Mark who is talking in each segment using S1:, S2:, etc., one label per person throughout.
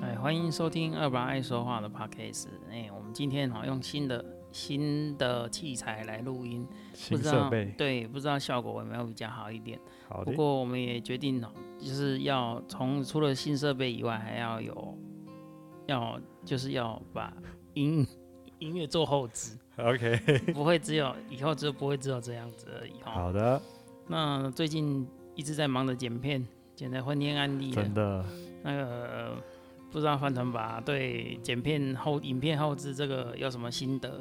S1: 哎欢迎收听二八爱说话的 podcast。哎、我们今天好用新的新的器材来录音，不
S2: 新
S1: 知
S2: 设
S1: 道
S2: 备，
S1: 对，不知道效果有没有比较好一点。
S2: 好
S1: 不
S2: 的，
S1: 过我们也决定哦，就是要从除了新设备以外，还要有要就是要把音音乐做后 置，
S2: OK，
S1: 不会只有以后就不会只有这样子而已哦。
S2: 好的，
S1: 那最近一直在忙着剪片，剪得昏天暗地的
S2: 真。的
S1: 那个呃不知道饭团吧对剪片后影片后置这个有什么心得？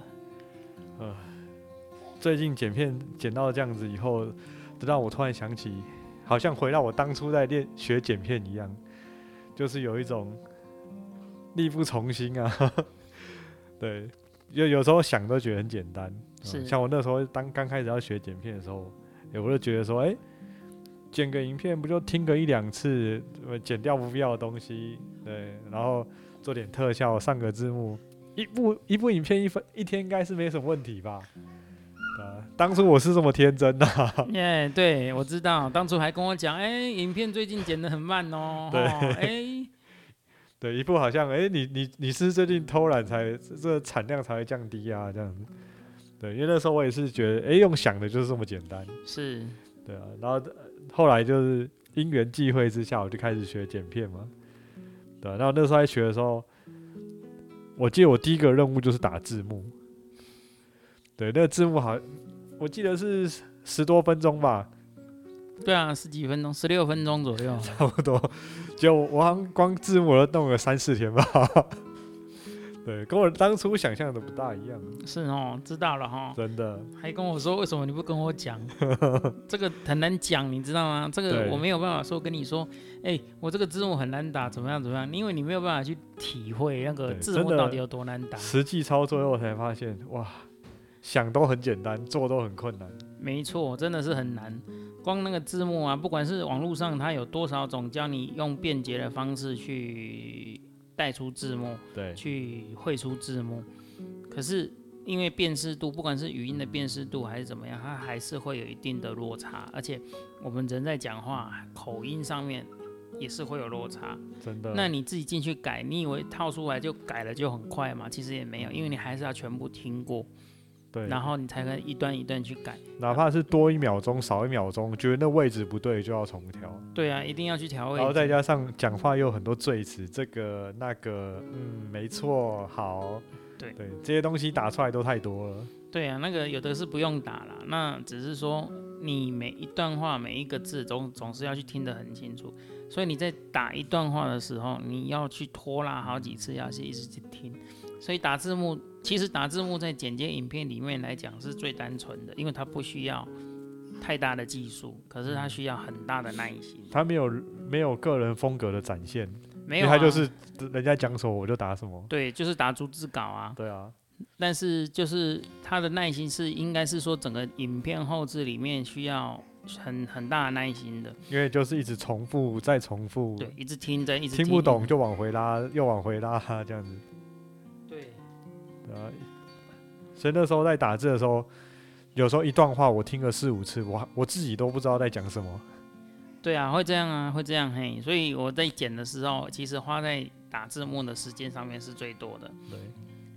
S2: 最近剪片剪到这样子以后，让我突然想起，好像回到我当初在练学剪片一样，就是有一种力不从心啊。 对，有有时候想都觉得很简单，嗯
S1: 是
S2: 像我那时候当刚开始要学剪片的时候，诶我就觉得说，哎、剪个影片不就听个一两次，呃剪掉不必要的东西，对，然后做点特效，上个字幕，一部一部影片一分一天应该是没什么问题吧？啊，当初我是这么天真的、啊，
S1: 耶、对我知道，当初还跟我讲，哎、影片最近剪得很慢哦。
S2: 对
S1: 吼哎、
S2: 对，一部好像哎、诶你你你是最近偷懒才这这产量才会降低啊，这样子。对，因为那时候我也是觉得，哎、用想的就是这么简单，
S1: 是
S2: 对啊。然后呃后来就是因缘际会之下，我就开始学剪片嘛，对啊、然后那时候在学的时候，我记得我第一个任务就是打字幕，对，那个字幕好，我记得是十多分钟吧，
S1: 对啊，十几分钟，十六分钟左右。
S2: 差不多。就我好像光字幕都弄了三四天吧。 对，跟我当初想象的不大一样，
S1: 是哦，知道了哈。
S2: 真的。
S1: 还跟我说为什么你不跟我 讲？这个很难讲，你知道吗？这个
S2: 对
S1: 我没有办法说跟你说，哎、我这个字幕很难打，怎么样怎么样？因为你没有办法去体会那个
S2: 对
S1: 字
S2: 真
S1: 幕
S2: 的
S1: 到底有多难打。
S2: 实际操作后才发现，哇，想都很简单，做都很困难。
S1: 没错，真的是很难。光那个字幕啊，不管是网络上它有多少种教你用便捷的方式去带出字幕，
S2: 对，
S1: 去绘出字幕，可是因为辨识度，不管是语音的辨识度还是怎么样，它还是会有一定的落差。而且我们人在讲话口音上面也是会有落差。
S2: 真的。
S1: 那你自己进去改，你以为套出来就改了就很快嘛？其实也没有，因为你还是要全部听过，
S2: 对，
S1: 然后你才能一段一段去改。
S2: 哪怕是多一秒钟、少一秒钟，觉得那位置不对就要重调，
S1: 对啊，一定要去调
S2: 然后
S1: 味。
S2: 再加上讲话又有很多赘词，这个那个，嗯，没错，好，
S1: 对
S2: 对，这些东西打出来都太多了。
S1: 对啊，那个有的是不用打啦，那只是说你每一段话、每一个字总总是要去听得很清楚，所以你在打一段话的时候，你要去拖拉好几次，要去一直去听。所以打字幕，其实打字幕在剪接影片里面来讲是最单纯的，因为它不需要太大的技术，可是它需要很大的耐心。
S2: 他没有没有个人风格的展现，
S1: 没
S2: 因
S1: 有、
S2: 为
S1: 啊，
S2: 他就是人家讲什么我就答什么。
S1: 对，就是打逐字稿啊。
S2: 对啊，
S1: 但是就是他的耐心是应该是说整个影片后置里面需要很很大的耐心的，
S2: 因为就是一直重复再重复，
S1: 对，一直听着，一直
S2: 听不懂就往回拉，又往回拉这样子。
S1: 对，
S2: 对啊，所以那时候在打字的时候，有时候一段话我听了四五次，我我自己都不知道在讲什么。
S1: 对啊，会这样啊，会这样嘿，所以我在剪的时候，其实花在打字幕的时间上面是最多的，
S2: 对，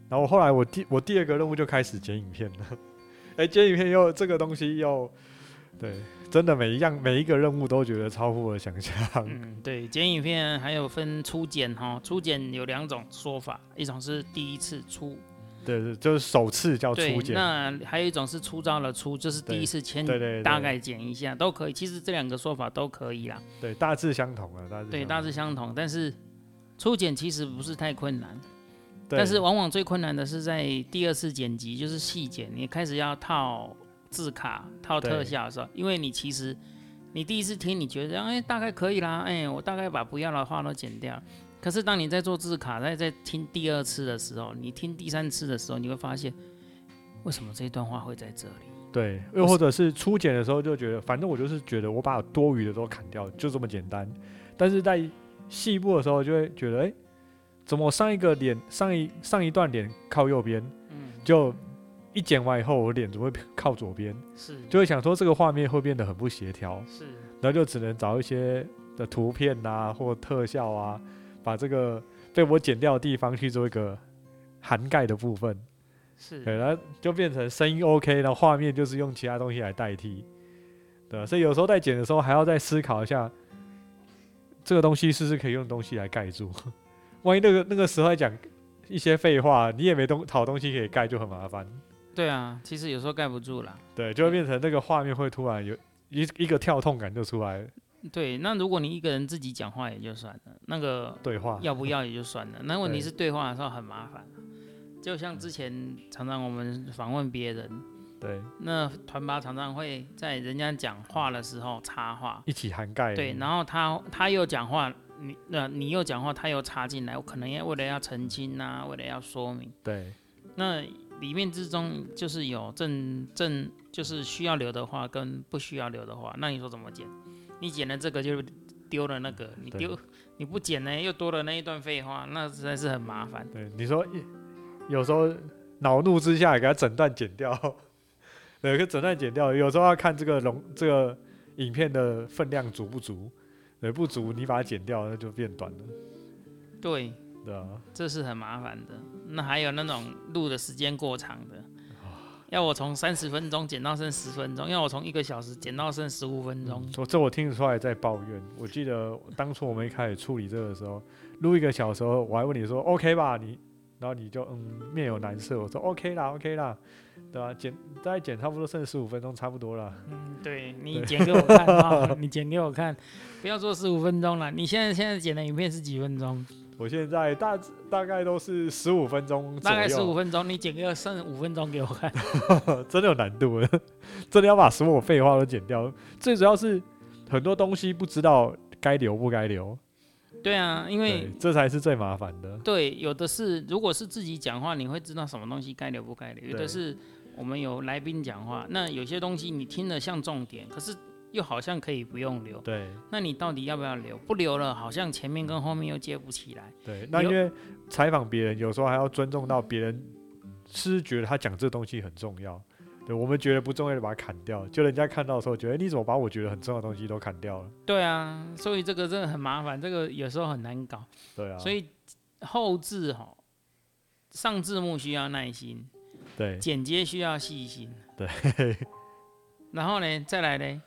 S2: 然后后来我第我第二个任务就开始剪影片了。 哎、剪影片又这个东西又，对，真的每一样每一个任务都觉得超乎我的想象。
S1: 嗯，对，剪影片还有分初剪哈，初剪有两种说法，一种是第一次出，
S2: 对 对，就是首次叫
S1: 对
S2: 哦初，剪。
S1: 那还有一种是出招了出，就是第一
S2: 对
S1: 次先
S2: 对对对，
S1: 大概剪一下都可以，其实这两个说法都可以啦。
S2: 对大致相同啊，大致
S1: 对，
S2: 相
S1: 大
S2: 同
S1: 致相同，但是初剪其实不是太困难，
S2: 对
S1: 但是往往最困难的是在第二次剪辑，就是细剪，你开始要套字卡、套特
S2: 对
S1: 效的时候，因为你其实你第一次听，你觉得哎大概可以啦，哎我大概把不要的话都剪掉。可是当你在做字卡，在在听第二次的时候，你听第三次的时候，你会发现为什么这段话会在这里？
S2: 对，又或者是初剪的时候就觉得，反正我就是觉得我把多余的都砍掉，就这么简单。但是在细部的时候就会觉得，哎、怎么我上一个脸上一上一段脸靠右边，
S1: 嗯，
S2: 就一剪完以后我脸怎么会 靠左边？
S1: 是
S2: 就会想说这个画面会变得很不协调，
S1: 是
S2: 然后就只能找一些的图片啊或特效啊，把这个被我剪掉的地方去做一个涵盖的部分，对，
S1: 是，
S2: 然后就变成声音 OK，然后画面就是用其他东西来代替，对啊吧所以有时候在剪的时候还要再思考一下，这个东西是不是可以用东西来盖住？ 万一那个那个时候还讲一些废话，你也没东好东西可以盖，就很麻烦。
S1: 对啊，其实有时候盖不住啦。
S2: 对，就会变成那个画面会突然有一一个跳痛感就出来了，
S1: 对，那如果你一个人自己讲话也就算了，那个
S2: 对话
S1: 要不要也就算了。那问题
S2: 对
S1: 是对话的时候很麻烦，啊就像之前常常我们访问别人，
S2: 对
S1: 那团爸常常会在人家讲话的时候插话，
S2: 一起涵盖。
S1: 对，然后他他又讲话，你那你又讲话，他又插进来，我可能要为了要澄清啊，为了要说明，
S2: 对
S1: 那里面之中就是有正正就是需要留的话跟不需要留的话，那你说怎么剪？你剪了这个就丢了那个，你
S2: 对
S1: 丢你不剪呢，又多了那一段废话，那实在是很麻烦。
S2: 对，你说一有时候恼怒之下也给他整段剪掉， 对，给整段剪掉。有时候要看这个容这个影片的分量足不足，对，不足你把它剪掉，那就变短了，
S1: 对，
S2: 对啊，
S1: 这是很麻烦的。那还有那种录的时间过长的，要我从三十分钟剪到剩十分钟，要我从一个小时剪到剩十五分钟，
S2: 我这我听得出来在抱怨。我记得当初我们一开始处理这个的时候，录一个小时候，我还问你说 OK 吧，你，然后你就嗯面有难色，我说 OK 啦 OK 啦，对吧、剪大概剪差不多剩十五分钟，差不多啦。
S1: 对你剪给我看 啊、你剪给我看，不要做十五分钟了。你现在现在剪的影片是几分钟？
S2: 我现在大致大概都是十五分钟左
S1: 大概十五
S2: 右，
S1: 分钟，你剪个剩五分钟给我 看。
S2: 真的有难度了，真的要把所有废话都剪掉。最主要是很多东西不知道该留不该留，
S1: 对啊，因为
S2: 对，这才是最麻烦的。
S1: 对有的是，如果是自己讲话，你会知道什么东西该留不该留；有
S2: 对
S1: 的是我们有来宾讲话，那有些东西你听了像重点，可是又好像可以不用留。
S2: 对
S1: 那你到底要不要留？不留了，好像前面跟后面又接不起来。
S2: 对，那因为采访别人，有时候还要尊重到别人是觉得他讲这东西很重要，对我们觉得不重要的把它砍掉，就人家看到的时候觉得、诶你怎么把我觉得很重要的东西都砍掉了？
S1: 对啊，所以这个真的很麻烦，这个有时候很难搞。
S2: 对啊，
S1: 所以后置哈，上字幕需要耐心，
S2: 对
S1: 剪接需要细心，
S2: 对。
S1: 然后呢，再来呢，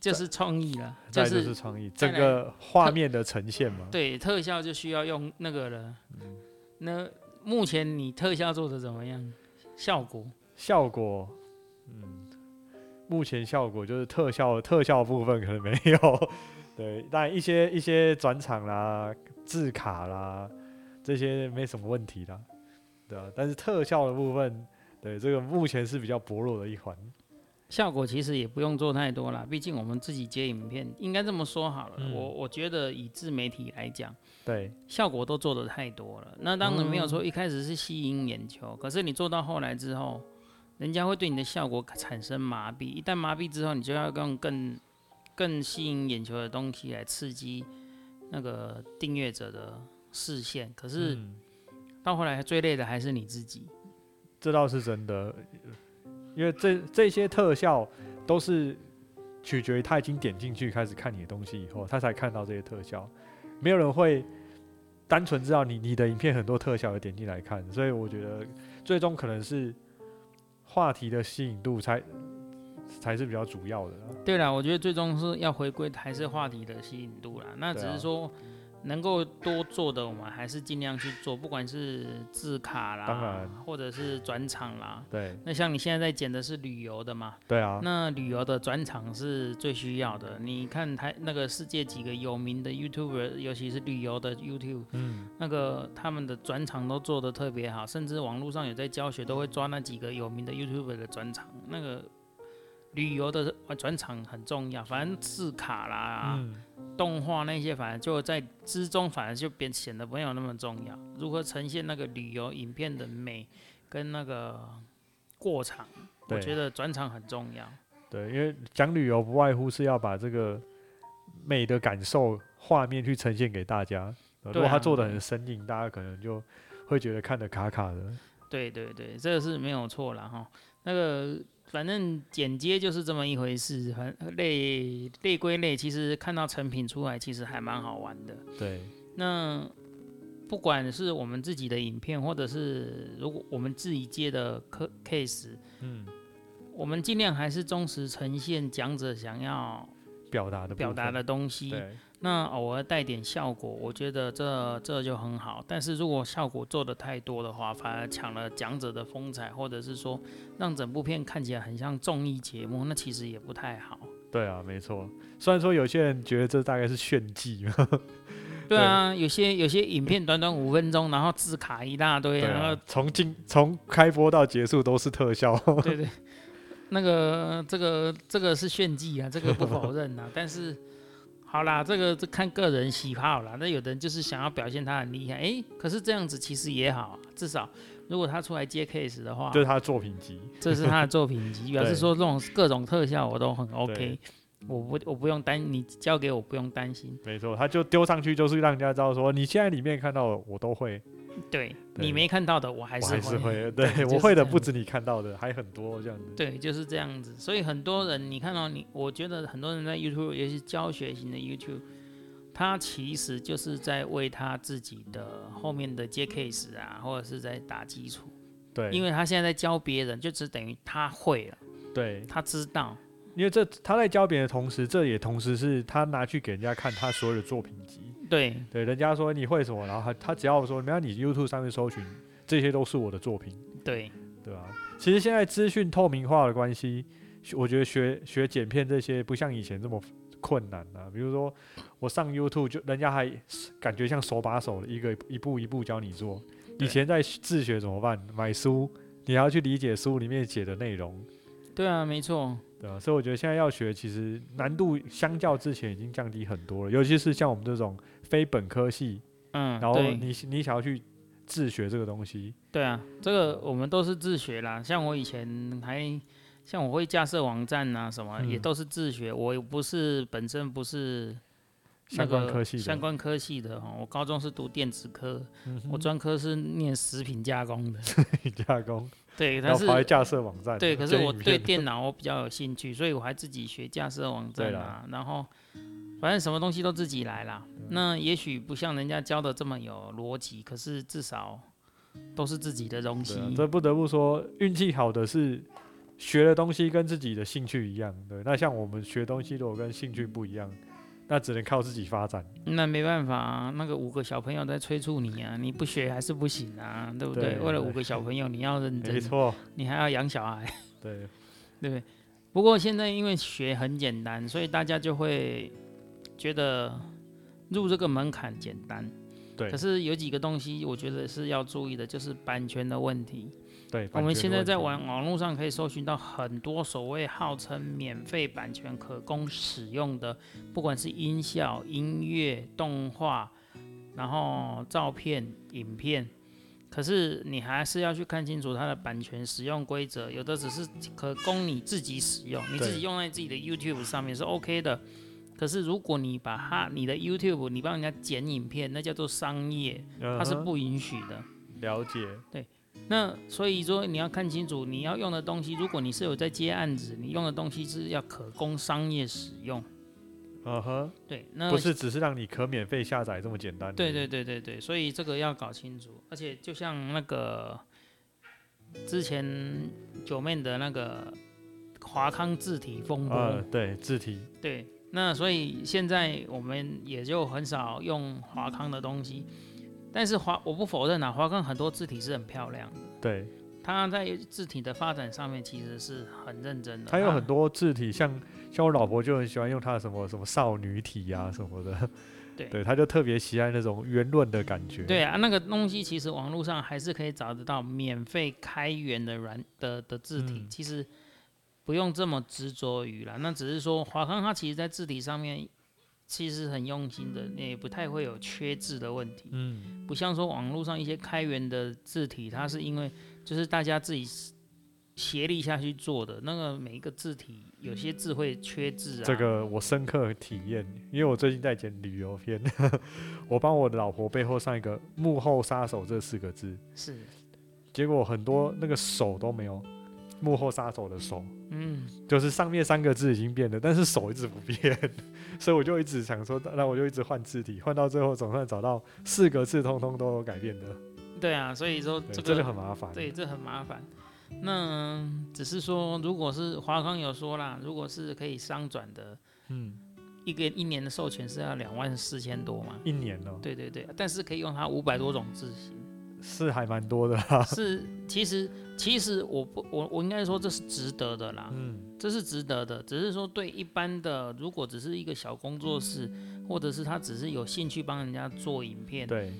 S1: 就是创意了，
S2: 再
S1: 就
S2: 来就是是创意，
S1: 再
S2: 整
S1: 来
S2: 个画面的呈现嘛。
S1: 对特效就需要用那个了。
S2: 嗯
S1: 那目前你特效做的怎么样？效果
S2: 效果，嗯，目前效果就是特效特效部分可能没有， 对，但一些一些转场啦、字卡啦这些没什么问题啦，对啊，但是特效的部分，对这个目前是比较薄弱的一环，
S1: 效果其实也不用做太多啦，毕竟我们自己接影片，应该这么说好了。
S2: 嗯
S1: 我我觉得以自媒体来讲。
S2: 对
S1: 效果都做的太多了。那当然没有
S2: 哦
S1: 说一开始是吸引眼球，可是你做到后来之后，人家会对你的效果产生麻痹。一旦麻痹之后，你就要用更更吸引眼球的东西来刺激那个订阅者的视线。可是
S2: 嗯
S1: 到后来最累的还是你自己。
S2: 这倒是真的，因为这这些特效都是取决于他已经点进去开始看你的东西以后，他才看到这些特效。没有人会单纯知道你你的影片很多特效有点进来看，所以我觉得最终可能是话题的吸引度才才是比较主要的啦。
S1: 对了，我觉得最终是要回归还是话题的吸引度啦。那只
S2: 对啊
S1: 是说。能够多做的，我们还是尽量去做，不管是字卡
S2: 当
S1: 啦
S2: 然，
S1: 或者是转场啦，
S2: 对
S1: 那像你现在在剪的是旅游的嘛？
S2: 对啊，
S1: 那旅游的转场是最需要的。你看台那个世界几个有名的 YouTuber，尤其是旅游的 YouTube，
S2: 嗯，
S1: 那个他们的转场都做得特别好，甚至网络上有在教学，都会抓那几个有名的 YouTuber 的转场。那个旅游的呃转场很重要，反正字卡啦、
S2: 嗯
S1: 动画那些，反正就在之中，反而就变显得没有那么重要。如何呈现那个旅游影片的美跟那个过场，我
S2: 对
S1: 觉得转场很重要。
S2: 对，因为讲旅游不外乎是要把这个美的感受画面去呈现给大家。呃如
S1: 对
S2: 果他
S1: 啊
S2: 做的很生硬，大家可能就会觉得看得卡卡的。
S1: 对对对，这个是没有错了哈。那个反正剪接就是这么一回事，反累累归累，其实看到成品出来，其实还蛮好玩的。
S2: 对，
S1: 那不管是我们自己的影片，或者是如果我们自己接的 c case，
S2: 嗯，
S1: 我们尽量还是忠实呈现讲者想要
S2: 表达的部
S1: 表达
S2: 分
S1: 的东西。
S2: 对，
S1: 那偶尔带点效果，我觉得这这就很好。但是如果效果做的太多的话，反而抢了讲者的风采，或者是说让整部片看起来很像综艺节目，那其实也不太好。
S2: 对啊，没错。虽然说有些人觉得这大概是炫技 嘛，
S1: 对啊，有些有些影片短短五分钟，然后字卡一大堆，然后
S2: 啊，从进从开播到结束都是特效，
S1: 对啊对，那个这个这个是炫技啊，这个不否认啊。 但是好啦，这个这看个人喜好啦。那有的人就是想要表现他很厉害，诶，可是这样子其实也好啊，至少如果他出来接 case 的话
S2: 这，是他的作品集。
S1: 这是他的作品 集，表示说这种各种特效我都很 OK，我不我不用担，你交给我不用担心。
S2: 没错，他就丢上去就是让人家知道说，你现在里面看到的我都会，
S1: 对
S2: 对
S1: 你没看到的，我还
S2: 我
S1: 是
S2: 还
S1: 会
S2: 是会，对
S1: 对就是
S2: 我会
S1: 这
S2: 的
S1: 样
S2: 不止你看到的，还很多这样子。
S1: 对，就是这样子。所以很多人，你看到、你，我觉得很多人在 YouTube，尤其是教学型的 YouTube，他其实就是在为他自己的后面的接 case 啊，或者是在打基础，
S2: 对，
S1: 因为他现在在教别人，就只等于他会了，
S2: 对，
S1: 他知道，
S2: 因为这他在教别人的同时，这也同时是他拿去给人家看他所有的作品集。
S1: 对
S2: 对，人家说你会什么，然后他他只要说，没有你 YouTube 上面搜寻，这些都是我的作品，
S1: 对
S2: 对吧、其实现在资讯透明化的关系，学我觉得学学剪片这些不像以前这么困难了、比如说我上 YouTube 就人家还感觉像手把手的一个一步一步教你做。以
S1: 对
S2: 前在自学怎么办？买书，你还要去理解书里面写的内容，
S1: 对啊，没错，
S2: 对啊，所以我觉得现在要学，其实难度相较之前已经降低很多了，尤其是像我们这种非本科系，
S1: 嗯，
S2: 然后
S1: 对
S2: 你你想要去自学这个东西，
S1: 对啊，这个我们都是自学啦。像我以前还，像我会架设网站啊什么，也
S2: 嗯
S1: 都是自学。我也不是本身不是那
S2: 相关
S1: 个
S2: 科系的
S1: 相关科系的哈。我高中是读电子科，
S2: 嗯
S1: 我专科是念食品加工 的。
S2: 哼加工，
S1: 对，
S2: 然
S1: 但
S2: 后
S1: 是
S2: 跑来架设网站，
S1: 对，可是
S2: 剪
S1: 我
S2: 影
S1: 对
S2: 片
S1: 电脑我比较有兴趣，所以我还自己学架设网站
S2: 对啦嗯
S1: 啊，然后反正什么东西都自己来啦。那也许不像人家教的这么有逻辑，可是至少都是自己的东西
S2: 对。啊这不得不说运气好的是学的东西跟自己的兴趣一样，对，那像我们学东西如果跟兴趣不一样，那只能靠自己发展，
S1: 那没办法啊，那个五个小朋友在催促你啊，你不学还是不行啊，对不对？
S2: 对
S1: 为了
S2: 对
S1: 五个小朋友，你要认
S2: 没
S1: 真，
S2: 错，
S1: 你还要养小孩，
S2: 对，
S1: 对不对？不过现在因为学很简单，所以大家就会觉得入这个门槛简单。
S2: 对
S1: 可是有几个东西，我觉得是要注意的，就是版权的问题。
S2: 对，
S1: 我
S2: 版
S1: 们
S2: 权
S1: 现
S2: 的
S1: 在
S2: 问
S1: 在网
S2: 题
S1: 网络上可以搜寻到很多所谓号称免费版权可供使用的，不管是音效、音乐、动画，然后照片、影片。可是你还是要去看清楚它的版权使用规则，有的只是可供你自己使用，你自己
S2: 对
S1: 用在自己的 YouTube 上面是 OK 的。可是如果你把它你的 YouTube 你帮人家剪影片，那叫做商业，它是
S2: 嗯哼
S1: 不允许的。
S2: 了解，
S1: 那所以说你要看清楚你要用的东西，如果你是有在接案子，你用的东西是要可供商业使用。
S2: 嗯哼。
S1: 对，那
S2: 不是只是让你可免费下载这么简单。
S1: 对对，对对对，所以这个要搞清楚。而且就像那个之前九妹的那个华康字体风波，
S2: 呃，对字体，
S1: 对，那所以现在我们也就很少用华康的东西。但是华我不否认啊，华康很多字体是很漂亮的。
S2: 对，
S1: 他在字体的发展上面其实是很认真的。啊
S2: 它有
S1: 他
S2: 很多字体，像像我老婆就很喜欢用它的什么什么少女体呀、什么的，
S1: 对
S2: 对，她就特别喜爱那种圆润的感觉。
S1: 对啊，那个东西其实网络上还是可以找得到免费开源的软的的字体，
S2: 嗯
S1: 其实不用这么执着于啦。那只是说华康它其实在字体上面其实很用心的，也不太会有缺字的问题，
S2: 嗯，
S1: 不像说网络上一些开源的字体，它是因为就是大家自己协力下去做的，那个每一个字体有些字会缺字啊，
S2: 这个我深刻体验，因为我最近在剪旅游片， 我帮我的老婆背后上一个“幕后杀手”这四个字，
S1: 是
S2: 结果很多那个手都没有，幕后杀手的手，
S1: 嗯，
S2: 就是上面三个字已经变了，但是手一直不变，所以我就一直想说，那我就一直换字体，换到最后总算找到四个字通通都有改变的，
S1: 对啊，所以说
S2: 对
S1: 这
S2: 真的
S1: 个
S2: 很麻烦。
S1: 对这很麻烦。那只是说，如果是华康有说啦，如果是可以商转的，
S2: 嗯，
S1: 一个一年的授权是要两万四千多嘛？
S2: 一年哦、
S1: 对对对，但是可以用它五百多种字型。
S2: 是还蛮多的啦。
S1: 是，其实其实我不我我应该说这是值得的啦，
S2: 嗯，
S1: 这是值得的。只是说对一般的，如果只是一个小工作室，或者是他只是有兴趣帮人家做影片，
S2: 对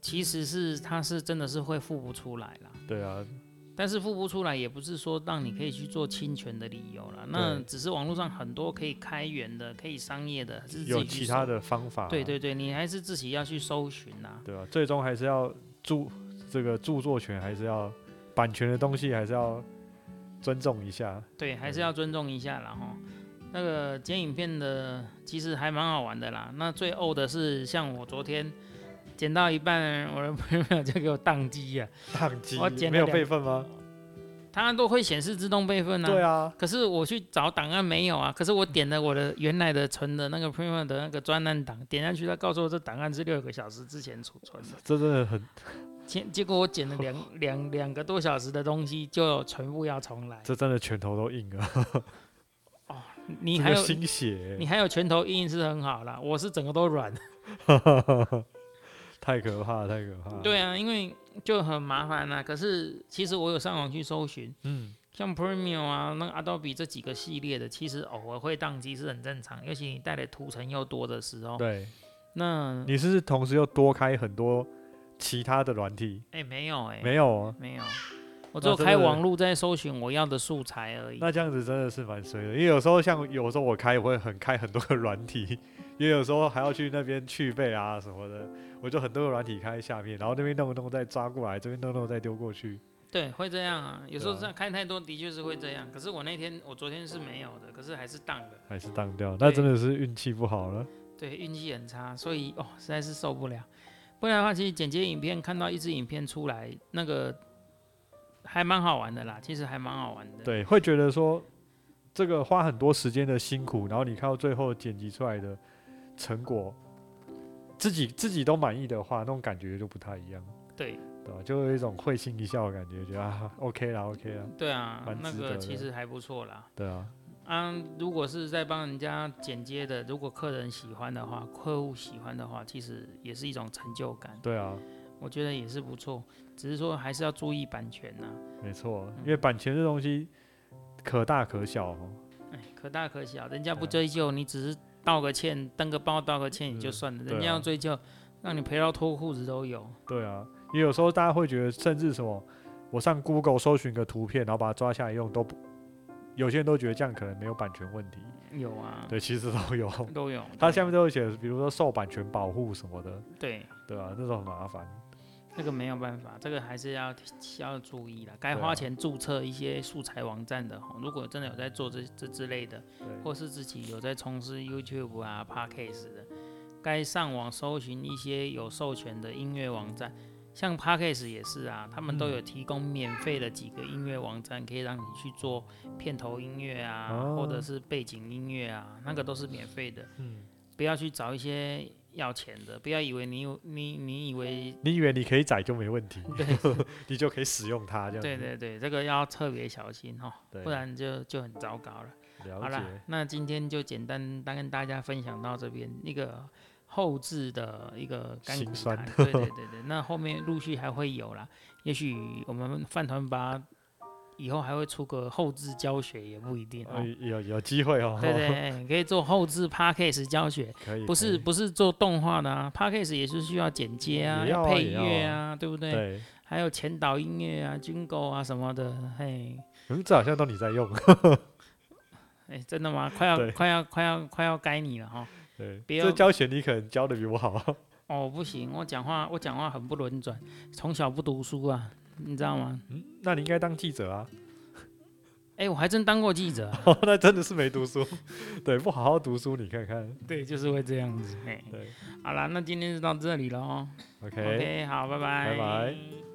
S1: 其实是他是真的是会付不出来啦。
S2: 对啊，
S1: 但是付不出来也不是说让你可以去做侵权的理由啦，那
S2: 嗯对
S1: 只是网络上很多可以开源的、可以商业的，是自己
S2: 有
S1: 去
S2: 其
S1: 搜
S2: 他。的方法。啊
S1: 对对对，你还是自己要去搜寻呐、
S2: 对啊，最终还是要著这个著作权，还是要版权的东西，还是要尊重一下。
S1: 对，还是要尊重一下啦
S2: 嗯
S1: 哈。那个剪影片的其实还蛮好玩的啦。那最呕的是，像我昨天剪到一半，我的朋友就给我宕机啊，
S2: 宕机
S1: 我剪了
S2: 没有
S1: 两
S2: 备份吗？
S1: 它都会显示自动备份啊。
S2: 对啊，
S1: 可是我去找档案没有啊，可是我点了我的原来的存的那个 Premium 的那个专案档，点下去，它告诉我这档案是六个小时之前储存的，
S2: 这真的很，
S1: 结结果我剪了两 两两个多小时的东西，就全部要重来。
S2: 这真的拳头都硬了，
S1: 你
S2: 这
S1: 还
S2: 个
S1: 有
S2: 心血
S1: 你还有拳头硬是很好啦，我是整个都软。啊
S2: 欸， 太可怕了，太可怕。，
S1: 对啊，因为就很麻烦啊啦、可是其实我有上网去搜寻，
S2: 嗯，
S1: 像 Premium 啊、那个 Adobe 这几个系列的，其实偶尔会宕机是很正常，尤其你带的图层又多的时候。
S2: 对，
S1: 那
S2: 你是不是同时又多开很多其他的软体？
S1: 哎、没有哎、
S2: 没有哦，
S1: 没有，我
S2: 那
S1: 只有
S2: 真
S1: 开
S2: 的
S1: 网络在搜寻我要的素材而已。
S2: 那这样子真的是蛮衰的，因为有时候像有时候我开我会很开很多个软体， 也有时候还要去那边去背啊什么的，我就很多个软体开下面，然后那边弄一弄再抓过来，这边弄一弄再丢过去。
S1: 对，会这样啊，有时候
S2: 对啊
S1: 这样开太多的确是会这样。可是我那天我昨天是没有的，可是还是宕的，
S2: 还是当掉，那
S1: 对
S2: 真的是运气不好了。
S1: 对，运气很差，所以哦实在是受不了。不然的话，其实剪接影片看到一支影片出来，那个还蛮好玩的啦，其实还蛮好玩的。
S2: 对，会觉得说这个花很多时间的辛苦，然后你看到最后剪辑出来的成果，自己自己都满意的话，那种感觉就不太一样，
S1: 对
S2: 对吧？就有一种会心一笑的感觉，觉得啊 OK 啦 OK 啦，
S1: 对啊
S2: 蛮，
S1: 那
S2: 值
S1: 个
S2: 得
S1: 其
S2: 的
S1: 实还不错啦。
S2: 对啊，
S1: 啊，如果是在帮人家剪接的，如果客人喜欢的话，客户喜欢的话，其实也是一种成就感。
S2: 对啊。
S1: 我觉得也是不错，只是说还是要注意版权呐、
S2: 没错，因为版权这东西可大可小哦，
S1: 哎，可大可小，人家不
S2: 对啊
S1: 追究，你只是道个歉，登个报道个歉也就
S2: 嗯
S1: 算了，
S2: 对
S1: 人
S2: 啊
S1: 家要追究，让你赔到脱裤子都有。
S2: 对啊，也有时候大家会觉得，甚至什么，我上 Google 搜寻个图片，然后把它抓下来用，都不，有些人都觉得这样可能没有版权问题，
S1: 有啊，
S2: 对，其实都有，
S1: 都有。
S2: 它
S1: 对
S2: 下面都会写，比如说受版权保护什么的，
S1: 对
S2: 对啊，那种很麻烦，
S1: 这个没有办法，这个还是要要注意了。该
S2: 对啊
S1: 花钱注册一些素材网站的吼，如果真的有在做这这之类的，
S2: 对，
S1: 或是自己有在从事 YouTube 啊、Podcast 的，该上网搜寻一些有授权的音乐网站，像 Podcast 也是啊，他们都
S2: 嗯
S1: 有提供免费的几个音乐网站，可以让你去做片头音乐啊，
S2: 哦
S1: 或者是背景音乐啊，那个都是免费的。
S2: 嗯，
S1: 不要去找一些要钱的，不要以为你有你你以为
S2: 你以为你可以载就没问题，
S1: 对
S2: 你就可以使用它这样子，
S1: 对对对，这个要特别小心哦，
S2: 对
S1: 不然就就很糟糕了。好
S2: 了
S1: 啦
S2: 解，，
S1: 那今天就简单单跟大家分享到这边一个后置的一个干
S2: 辛
S1: 股
S2: 酸
S1: 谈对对对对，那后面陆续还会有啦，也许我们饭团吧以后还会出个后置教学也不一定哦
S2: 呃。有有机会哦，
S1: 对对，对，你可以做后置 p a c k a g e 教学，
S2: 可以，
S1: 不是
S2: 可
S1: 不是做动画的啊 p a c k a g e 也是需要剪接啊，
S2: 也要啊
S1: 配
S2: 也要
S1: 乐
S2: 啊
S1: 啊，对不
S2: 以
S1: 对？
S2: 对，
S1: 还有前导音乐啊、军购啊什么的，嘿，
S2: 嗯，这好像都你在用，
S1: 哎，真的吗？快要
S2: 对
S1: 快要快要快要该你了哈！
S2: 对，
S1: 不要
S2: 这教学你可能教的比我好。
S1: 哦，不行，我讲话我讲话很不轮转，从小不读书啊，你知道吗？
S2: 嗯，那你应该当记者啊！
S1: 哎，我还真当过记者啊、
S2: 哦，那真的是没读书， 对，不好好读书，你看看，
S1: 对， 就是会这样子。哎，
S2: 对
S1: 好啦，那今天就到这里喽。哦
S2: ，OK。
S1: OK，好，拜拜，
S2: 拜拜。